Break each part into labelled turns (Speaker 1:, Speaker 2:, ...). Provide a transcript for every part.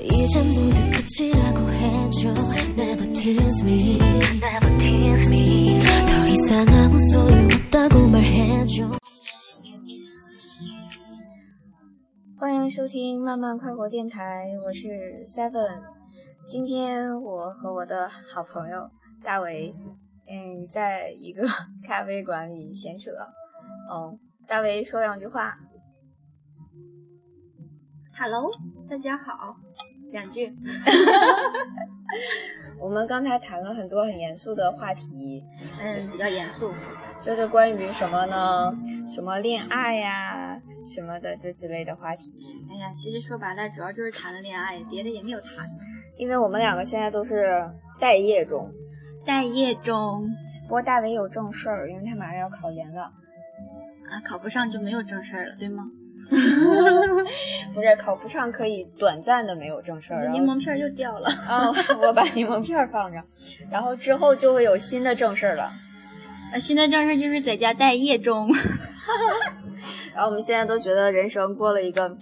Speaker 1: 이제 모두 끝이라고 해줘 Never tease me 더 이상 아무 소용없다고 말해줘
Speaker 2: 欢迎收听慢慢快活电台，我是 Seven。今天我和我的好朋友大为，嗯，在一个 咖啡馆里闲扯。哦，大为说两句话。
Speaker 3: Hello，大家好，两句。
Speaker 2: 我们刚才谈了很多很严肃的话题，
Speaker 3: 嗯，比较严肃。
Speaker 2: 就是关于什么呢？什么恋爱呀、什么的这之类的话题。
Speaker 3: 哎呀，其实说白了，主要就是谈了恋爱，别的也没有谈。
Speaker 2: 因为我们两个现在都是待业中，
Speaker 3: 待业中
Speaker 2: 不过大为有正事儿，因为他马上要考研了。
Speaker 3: 啊，考不上就没有正事儿了，对吗？
Speaker 2: 不是考不上可以短暂的没有正事
Speaker 3: 我
Speaker 2: 儿，
Speaker 3: 的
Speaker 2: 然
Speaker 3: 柠
Speaker 2: 后
Speaker 3: 檬片儿又掉了。
Speaker 2: 啊、 我把柠檬片儿放着，然后之后就会有新的正事儿了。
Speaker 3: 呃，现在正事儿就是在家待业中。
Speaker 2: 然后我们现在都觉得人生过了一个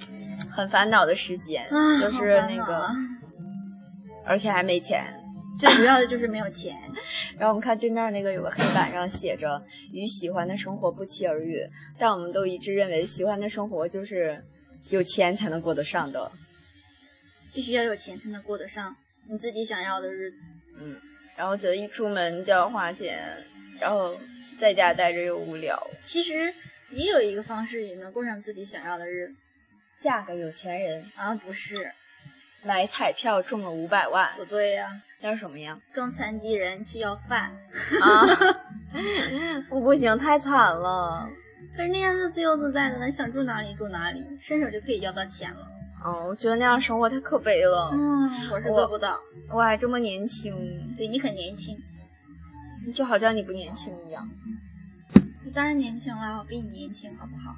Speaker 2: 很烦恼的时间，
Speaker 3: 啊
Speaker 2: 就是
Speaker 3: 好烦
Speaker 2: 那
Speaker 3: 恼
Speaker 2: 个
Speaker 3: 啊，
Speaker 2: 而且还没钱。
Speaker 3: 最主要的就是没有钱。
Speaker 2: 然后我们看对面那个有个黑板上写着“与喜欢的生活不期而遇”，但我们都一致认为喜欢的生活就是有钱才能过得上的。
Speaker 3: 必须要有钱才能过得上你自己想要的日子。
Speaker 2: 然后觉得一出门就要花钱，然后在家待着又无聊。
Speaker 3: 其实也有一个方式也能过上自己想要的日子
Speaker 2: 嫁给有钱人，
Speaker 3: 啊，不是？
Speaker 2: 买彩票中了五百万，
Speaker 3: 不对呀、
Speaker 2: 那是什么呀？
Speaker 3: 装残疾人去要饭，
Speaker 2: 啊， 不行，太惨了。
Speaker 3: 可是那样是自由自在的，咱想住哪里住哪里，伸手就可以要到钱了。
Speaker 2: 嗯，我觉得那样生活太可悲了。
Speaker 3: 嗯，我是
Speaker 2: 我
Speaker 3: 做不到。
Speaker 2: 我还这么年轻，
Speaker 3: 对你很年轻，
Speaker 2: 就好像你不年轻一样。
Speaker 3: 你当然年轻了，我比你年轻，好不好？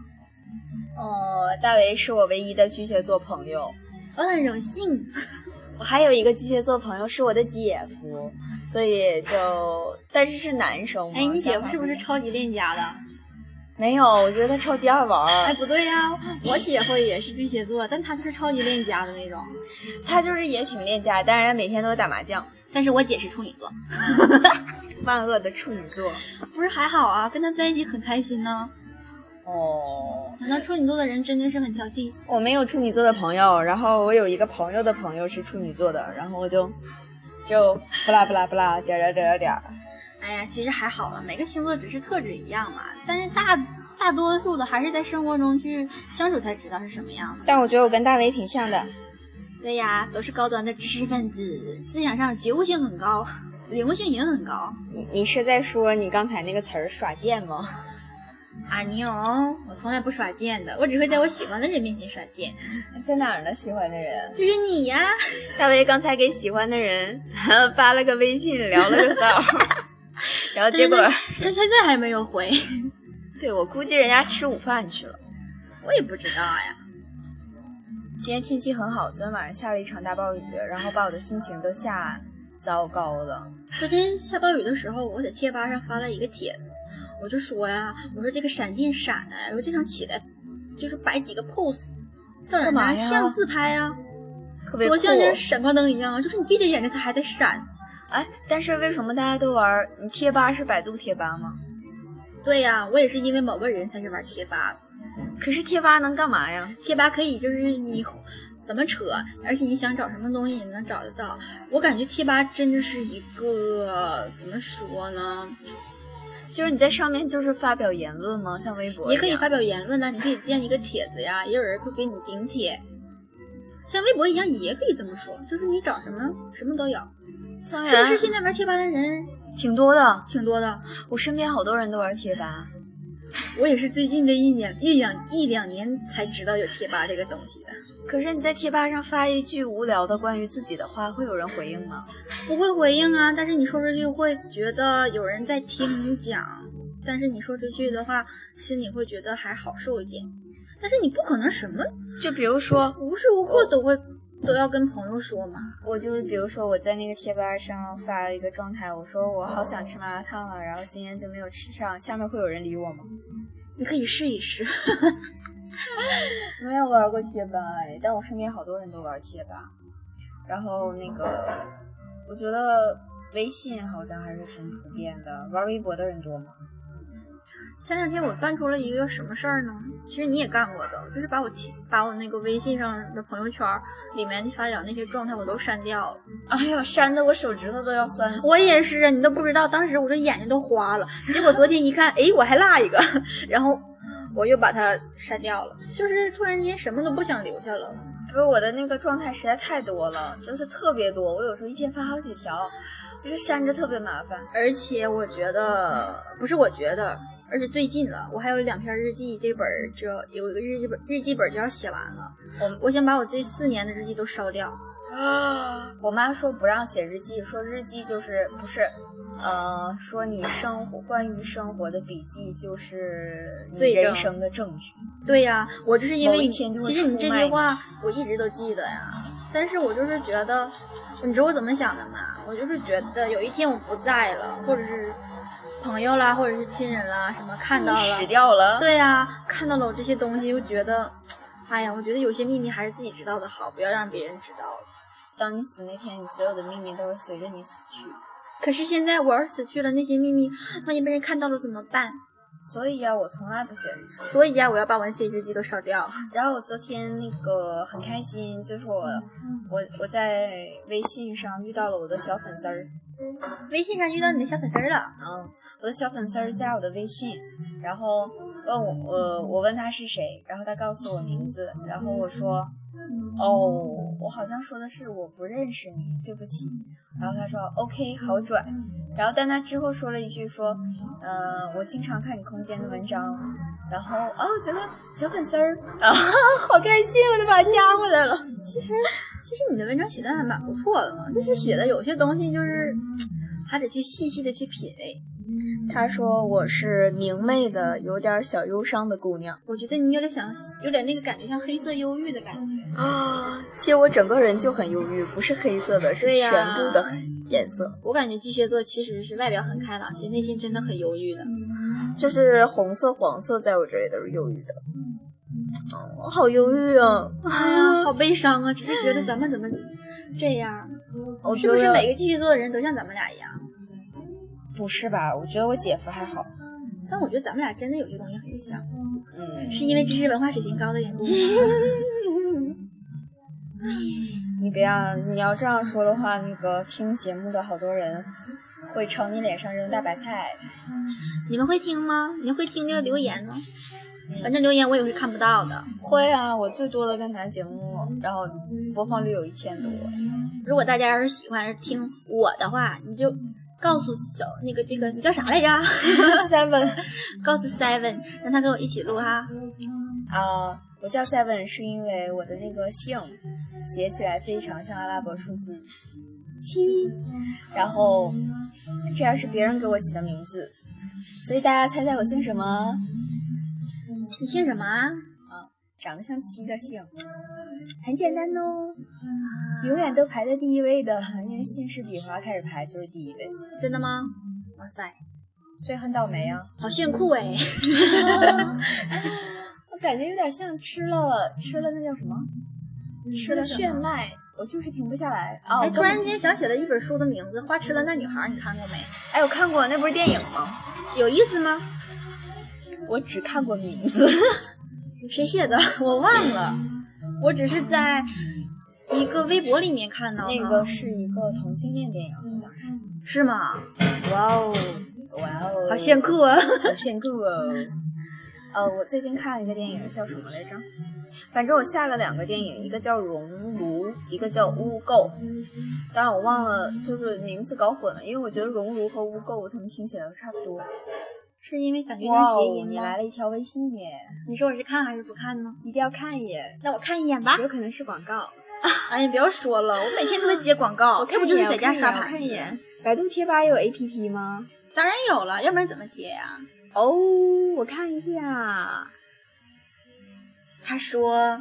Speaker 2: 哦、大为是我唯一的巨蟹座朋友，
Speaker 3: 我很荣幸。
Speaker 2: 我还有一个巨蟹座朋友是我的姐夫，所以就但是是男生嘛。
Speaker 3: 哎，你姐
Speaker 2: 想
Speaker 3: 夫
Speaker 2: 法
Speaker 3: 是不是
Speaker 2: 一样
Speaker 3: 超级恋家的？
Speaker 2: 没有？我觉得他超级爱玩
Speaker 3: 哎，
Speaker 2: 儿，
Speaker 3: 不对呀、我姐夫也是巨蟹座，但他就是超级恋家的那种。
Speaker 2: 他就是也挺恋家，但是他每天都打麻将。
Speaker 3: 但是我姐是处女座，
Speaker 2: 万恶的处女座。
Speaker 3: 不是还好啊？跟他在一起很开心呢、
Speaker 2: 哦，
Speaker 3: 难道处女座的人真的是很挑剔？
Speaker 2: 我没有处女座的朋友，然后我有一个朋友的朋友是处女座的，然后我就就不啦不啦不啦，点儿点儿点儿点儿。
Speaker 3: 哎呀，其实还好了，每个星座只是特质一样嘛。但是大大多数的还是在生活中去相处才知道是什么样的。
Speaker 2: 但我觉得我跟大为挺像的，
Speaker 3: 对呀，都是高端的知识分子，思想上觉悟性很高，领悟性也很高。
Speaker 2: 你你是在说你刚才那个词儿“耍贱”吗？
Speaker 3: 啊，你有？我从来不耍贱的，我只会在我喜欢的人面前耍贱，
Speaker 2: 在哪儿呢？喜欢的人，
Speaker 3: 就是你呀。
Speaker 2: 大为刚才给喜欢的人 发了个微信，聊了个骚， 然后结果
Speaker 3: 但是他现在还没有回，
Speaker 2: 对我估计人家吃午饭去了。
Speaker 3: 我也不知道呀。
Speaker 2: 今天天气很好，昨天晚上下了一场大暴雨，然后把我的心情都吓糟糕了。
Speaker 3: 昨天下暴雨的时候，我在贴吧上发了一个帖子，我就说呀，我说这个闪电闪的，我经常起来就是摆几个 pose，照
Speaker 2: 干
Speaker 3: 点
Speaker 2: 嘛
Speaker 3: 拿
Speaker 2: 呀
Speaker 3: 像自拍啊，
Speaker 2: 特别
Speaker 3: 多
Speaker 2: 酷。
Speaker 3: 像是闪光灯一样啊，就是你闭着眼睛它还在闪。
Speaker 2: 哎，但是为什么大家都玩儿？你贴吧是百度贴吧吗？
Speaker 3: 对呀、我也是因为某个人才是玩贴吧的。
Speaker 2: 可是贴吧能干嘛呀？
Speaker 3: 贴吧可以就是你怎么扯，而且你想找什么东西你能找得到。我感觉贴吧真的是一个怎么说呢？
Speaker 2: 就是你在上面就是发表言论吗？像微博一
Speaker 3: 也
Speaker 2: 样
Speaker 3: 可以发表言论呐，你可以建一个帖子呀，也有人会给你顶帖。像微博一样，也可以这么说，就是你找什么什么都有，
Speaker 2: 虽
Speaker 3: 是不
Speaker 2: 然
Speaker 3: 是？现在玩贴吧的人
Speaker 2: 挺多的，
Speaker 3: 挺多的，
Speaker 2: 我身边好多人都玩贴吧。
Speaker 3: 我也是最近这一年一两一两年才知道有贴吧这个东西的。
Speaker 2: 可是你在贴吧上发一句无聊的关于自己的话，会有人回应吗？
Speaker 3: 不会回应啊，但是你说出去会觉得有人在听你讲，但是你说出去的话，心里会觉得还好受一点。但是你不可能什么
Speaker 2: 就比如说，
Speaker 3: 无时无刻都会都要跟朋友说嘛。
Speaker 2: 我就是比如说我在那个贴吧上发了一个状态，我说我好想吃麻辣烫啊，然后今天就没有吃上，下面会有人理我吗？
Speaker 3: 你可以试一试，
Speaker 2: 没有玩过贴吧哎，但我身边好多人都玩贴吧。然后那个，我觉得微信好像还是挺普遍的，玩微博的人多吗？
Speaker 3: 前两天我办出了一个什么事儿呢？其实你也干过的，就是把我提把我那个微信上的朋友圈儿里面发表那些状态我都删掉了。
Speaker 2: 哎呦，删的我手指头都要酸死。
Speaker 3: 我也是，啊你都不知道，当时我这眼睛都花了。结果昨天一看，哎，我还落一个， 然后我又把它删掉了。就是突然间什么都不想留下了。
Speaker 2: 不是我的那个状态实在太多了，就是特别多，我有时候一天发好几条，就是删着特别麻烦。
Speaker 3: 而且我觉得，不是我觉得，而且最近了，我还有两篇日记，这本儿就有一个日记本，日记本就要写完了。
Speaker 2: 我
Speaker 3: 我想把我这四年的日记都烧掉。
Speaker 2: 啊，我妈说不让写日记，说日记就是不是，呃，说你生活关于生活的笔记就是你
Speaker 3: 罪证
Speaker 2: 人生的证据。
Speaker 3: 对呀、我就是因
Speaker 2: 某
Speaker 3: 为
Speaker 2: 一天就会
Speaker 3: 其实你
Speaker 2: 出
Speaker 3: 这
Speaker 2: 卖
Speaker 3: 句
Speaker 2: 你
Speaker 3: 话我一直都记得呀，但是我就是觉得，你知道我怎么想的吗？我就是觉得有一天我不在了，或者是朋友啦，或者是亲人啦，什么看到了，
Speaker 2: 死掉了。
Speaker 3: 对呀、看到了我这些东西，我觉得，哎呀，我觉得有些秘密还是自己知道的好，不要让别人知道
Speaker 2: 当你死那天，你所有的秘密都是随着你死去。
Speaker 3: 可是现在我要是死去了，那些秘密万一被人看到了怎么办？
Speaker 2: 所以呀、我从来不写日记。
Speaker 3: 所以呀、我要把我那些日记都烧掉。
Speaker 2: 然后我昨天那个很开心，就是我
Speaker 3: 嗯
Speaker 2: 我我在微信上遇到了我的小粉丝儿，
Speaker 3: 微信上遇到你的小粉丝儿了，
Speaker 2: 嗯，我的小粉丝儿加我的微信，然后问我我我问他是谁，然后他告诉我名字，然后我说哦，我好像说的是我不认识你，对不起。然后他说 OK 好转，然后但他之后说了一句说，呃，我经常看你空间的文章，然后哦觉得小粉丝儿 啊，好开心，我就把他加回来了。
Speaker 3: 其实，其实你的文章写的还蛮不错的嘛，就是写的有些东西就是，还得去细细的去品味。
Speaker 2: 他说我是明媚的，有点小忧伤的姑娘
Speaker 3: 我觉得你有点想，有点那个感觉，像黑色忧郁的感觉。
Speaker 2: 啊。其实我整个人就很忧郁，不是黑色的，是
Speaker 3: 对呀
Speaker 2: 全部的颜色，
Speaker 3: 我感觉巨蟹座其实是外表很开朗，其实内心真的很忧郁的。
Speaker 2: 嗯就是红色、黄色，在我这里都是忧郁的。嗯，我好忧郁啊！
Speaker 3: 哎呀，好悲伤啊！只是觉得咱们怎么这样？
Speaker 2: 我
Speaker 3: 是
Speaker 2: 觉
Speaker 3: 不
Speaker 2: 得
Speaker 3: 是每个巨蟹座的人都像咱们俩一样？
Speaker 2: 不是吧？我觉得我姐夫还好。
Speaker 3: 但我觉得咱们俩真的有些东西很像，
Speaker 2: 嗯，
Speaker 3: 是因为知识文化水平高的缘故吗。
Speaker 2: 你别啊！你要这样说的话，那个听节目的好多人会朝你脸上扔大白菜。
Speaker 3: 你们会听吗？你们会听就留言呢。反正留言我也是看不到的。
Speaker 2: 会啊，我最多的跟咱节目，然后播放率有一千 多。
Speaker 3: 如果大家要是喜欢听我的话，你就告诉小那个这个你叫啥来着 ？Seven，告诉 Seven，让他跟我一起录哈。
Speaker 2: 啊、我叫 Seven 是因为我的那个姓写起来非常像阿拉伯数字七，然后这样是别人给我起的名字，所以大家猜猜我姓什么？
Speaker 3: 你姓什么啊？
Speaker 2: 长得像七的姓，很简单哦，永远都排在第一位的，因为姓氏笔划开始排就是第一位，
Speaker 3: 真的吗？哇塞，
Speaker 2: 所以很倒霉啊。
Speaker 3: 好炫酷哎！
Speaker 2: 嗯我感觉有点像吃了吃了那叫什么？吃了
Speaker 3: 炫
Speaker 2: 炫迈，我就是停不下来啊！
Speaker 3: 哎，
Speaker 2: 我
Speaker 3: 突
Speaker 2: 根
Speaker 3: 然
Speaker 2: 本
Speaker 3: 间想起了一本书的名字《花痴了那女孩》，你看过没？
Speaker 2: 哎，我看过那不是电影吗？
Speaker 3: 有意思吗？
Speaker 2: 我只看过名字。
Speaker 3: 谁写的？ 我忘了，我只是在一个微博里面看到 的。
Speaker 2: 那个是一个同性恋电影，好像是。
Speaker 3: 是吗？
Speaker 2: 哇哦，哇哦，
Speaker 3: 好炫，酷啊！
Speaker 2: 好炫酷哦！呃，我最近看了一个电影，叫什么来着？反正我下了两个电影，一个叫《熔炉》，一个叫《污垢》。当然我忘了，就是名字搞混了，因为我觉得《熔炉》和《污垢》他们听起来都差不
Speaker 3: 哦
Speaker 2: 多。
Speaker 3: 是因为感觉
Speaker 2: 哇
Speaker 3: 到
Speaker 2: 哦
Speaker 3: 谐，音
Speaker 2: 你
Speaker 3: 吗
Speaker 2: 来？了一条微信耶，
Speaker 3: 你说我是看还是不看呢？
Speaker 2: 一定要看一眼，
Speaker 3: 那我看一眼吧。
Speaker 2: 有可能是广告。
Speaker 3: 哎呀，不要说了，我每天都在接广告，
Speaker 2: 看
Speaker 3: 要
Speaker 2: 一
Speaker 3: 不就是
Speaker 2: 眼
Speaker 3: 在家刷
Speaker 2: 我
Speaker 3: 盘。
Speaker 2: 看一眼，百度贴吧也有 APP 吗？
Speaker 3: 当然有了，要不然怎么接呀、
Speaker 2: 哦，我看一下，
Speaker 3: 他说，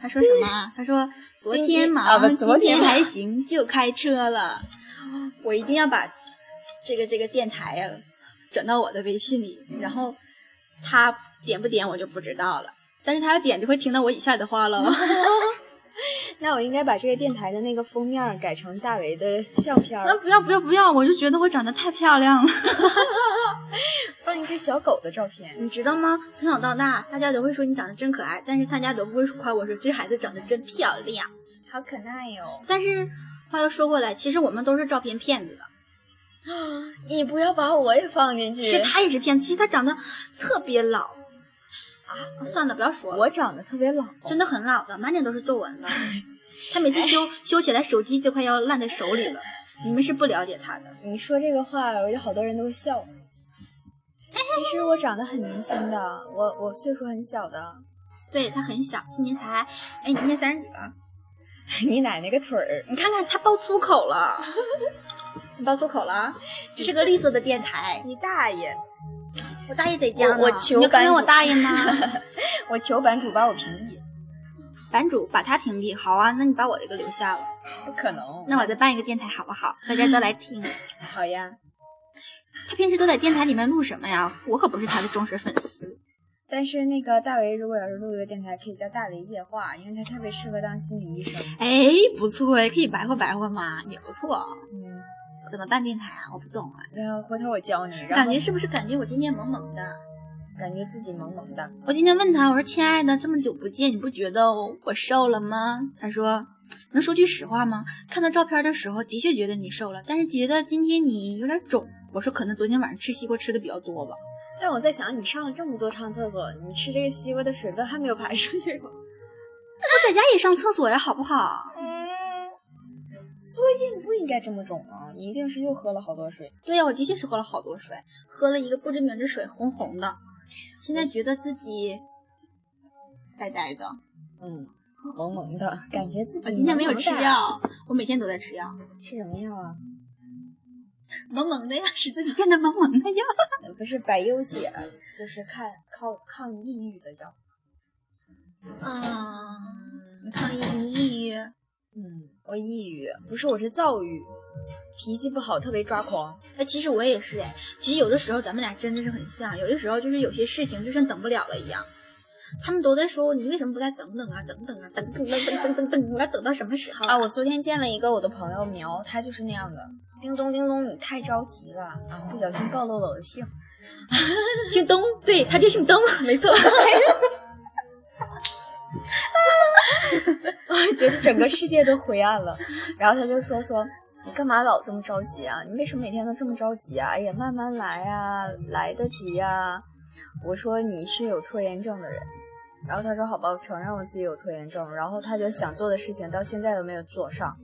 Speaker 3: 他说什么啊？他说昨
Speaker 2: 今
Speaker 3: 天
Speaker 2: 天
Speaker 3: 忙，
Speaker 2: 啊不昨
Speaker 3: 今
Speaker 2: 天
Speaker 3: 天
Speaker 2: 忙
Speaker 3: 还行，就开车了。我一定要把这个这个电台呀、转到我的微信里，然后他 点不点我就不知道了。但是他要点就会听到我以下的话了。
Speaker 2: 那我应该把这个电台的那个封面儿改成大为的相片儿，
Speaker 3: 那呃不要不要不要，我就觉得我长得太漂亮了。
Speaker 2: 放一只小狗的照片。
Speaker 3: 你知道吗？从小到大，大家都会说你长得真可爱，但是大家都不会夸我说这孩子长得真漂亮。
Speaker 2: 好可爱哦哟、
Speaker 3: 但是话又说回来，其实我们都是照片骗子的。
Speaker 2: 你不要把我也放进
Speaker 3: 其实他也是骗子，其实他长得特别老啊。算了，不要说了，
Speaker 2: 我哎长得特别老，
Speaker 3: 真的很老的，满脸都是皱纹的。他每次修修起来，手机就快要烂在手里了。你们是不了解他的，
Speaker 2: 你说这个话，我有好多人都会笑我。其实我长得很年轻的，我我岁数很小的。
Speaker 3: 对他很小，今年才，哎，你今年三十几了？
Speaker 2: 你奶奶个腿儿！
Speaker 3: 你看看他爆粗口了， 你爆粗口了啊，这是个绿色的电台。
Speaker 2: 你大爷！
Speaker 3: 我大爷在家呢，
Speaker 2: 我我求
Speaker 3: 你看
Speaker 2: 版
Speaker 3: 看
Speaker 2: 主
Speaker 3: 我大爷呢。
Speaker 2: 我求版主把我屏蔽，
Speaker 3: 版主把他屏蔽，好啊，那你把我这个留下了，
Speaker 2: 不可能。
Speaker 3: 那我再办一个电台好不好？大家都来听。
Speaker 2: 好呀，
Speaker 3: 他平时都在电台里面录什么呀？我可不是他的忠实粉丝。
Speaker 2: 但是那个大为如果要是录一个电台，可以叫大为夜话，因为他特别适合当心理医生。
Speaker 3: 哎，不错哎，可以白活白活嘛，也不错。哦
Speaker 2: 嗯，
Speaker 3: 怎么办电台啊？我不懂啊。
Speaker 2: 然后回头我教你，然
Speaker 3: 感
Speaker 2: 后
Speaker 3: 觉是不是感觉我今天萌萌的？
Speaker 2: 感觉自己萌萌的。
Speaker 3: 我今天问他，我说：“亲爱的，这么久不见，你不觉得我瘦了吗？”他说：“能说句实话吗？看到照片的时候，的确觉得你瘦了，但是觉得今天你有点肿。”我说：“可能昨天晚上吃西瓜吃的比较多吧。
Speaker 2: 但我在想，你上了这么多趟厕所，你吃这个西瓜的水分还没有排出去吗？
Speaker 3: 我在家也上厕所呀，好不好？
Speaker 2: 嗯，所以你不应该这么肿啊，你一定是又喝了好多水。
Speaker 3: 对呀、我的确是喝了好多水，喝了一个不知名的水，红红的。现在觉得自己呆呆的。
Speaker 2: 嗯，萌萌的感觉自己。
Speaker 3: 我今天没有吃，药，我每天都在吃药，
Speaker 2: 吃什么药啊？
Speaker 3: 萌萌的呀，使自 己变得萌萌的呀。
Speaker 2: 不是百忧解，就是看抗抗抑郁的药。
Speaker 3: 嗯，抗抑你抑郁。
Speaker 2: 嗯，我抑郁，不是，我是躁郁，脾气不好，特别抓狂。
Speaker 3: 哎，其实我也是哎，其实有的时候咱们俩真的是很像，有的时候就是有些事情就像等不了了一样。他们都在说你为什么不再等等啊，等等啊，等等等等等等等，要等到什么时候
Speaker 2: 啊，我昨天见了一个我的朋友苗，他就是那样的。叮咚叮咚，你太着急了，啊，不小心暴露了我的姓。
Speaker 3: 姓东，对他就姓东，没
Speaker 2: 啊
Speaker 3: 错。
Speaker 2: 我觉得整个世界都灰暗了。然后他就说说，你干嘛老这么着急啊？你为什么每天都这么着急啊？哎呀，慢慢来啊，来得及啊。我说你是有拖延症的人。然后他说好吧，我承认我自己有拖延症。然后他就想做的事情到现在都没有做上。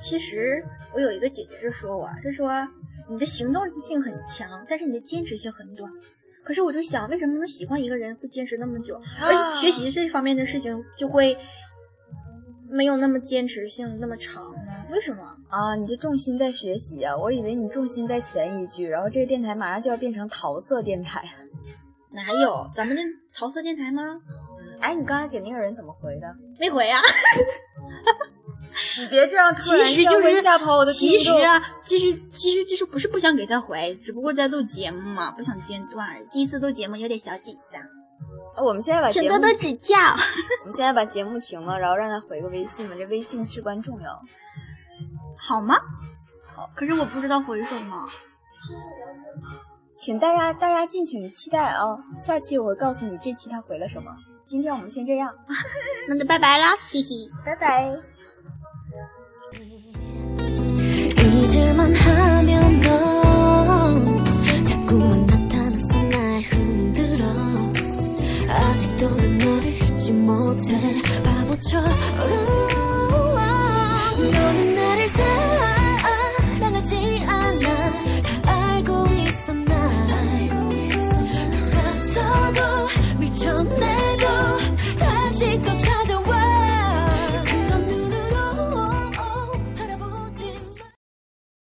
Speaker 3: 其实我有一个姐姐就说我，她说你的行动性很强，但是你的坚持性很短。可是我就想，为什么能喜欢一个人会坚持那么久，
Speaker 2: 啊哎
Speaker 3: 而学习这方面的事情就会没有那么坚持性那么长呢？为什么？
Speaker 2: 啊，你这重心在学习啊！我以为你重心在前一句，然后这个电台马上就要变成桃色电台。
Speaker 3: 哪有？咱们这桃色电台吗？
Speaker 2: 哎，你刚才给那个人怎么回的？
Speaker 3: 没回啊。
Speaker 2: 你别这样，
Speaker 3: 其实就是
Speaker 2: 吓 跑我的
Speaker 3: 其实啊，其实其实就是不是不想给他回，只不过在录节目嘛，不想间断而已。第一次录节目有点小紧张，
Speaker 2: 啊我们现在把节
Speaker 3: 请
Speaker 2: 目
Speaker 3: 多多指教。
Speaker 2: 我们现在把节目停了，然后让他回个微信吧，这微信至关重要。
Speaker 3: 好吗？好，可是我不知道回什么。
Speaker 2: 请大家大家敬请期待啊、下期我会告诉你这期他回了什么。今天我们先这样，
Speaker 3: 那就拜拜啦，嘻嘻。
Speaker 2: 拜拜。
Speaker 1: 잊을만 하면 넌 자꾸만 나타나서 날 흔들어 아직도 난 너를 잊지 못해 바보처럼 어,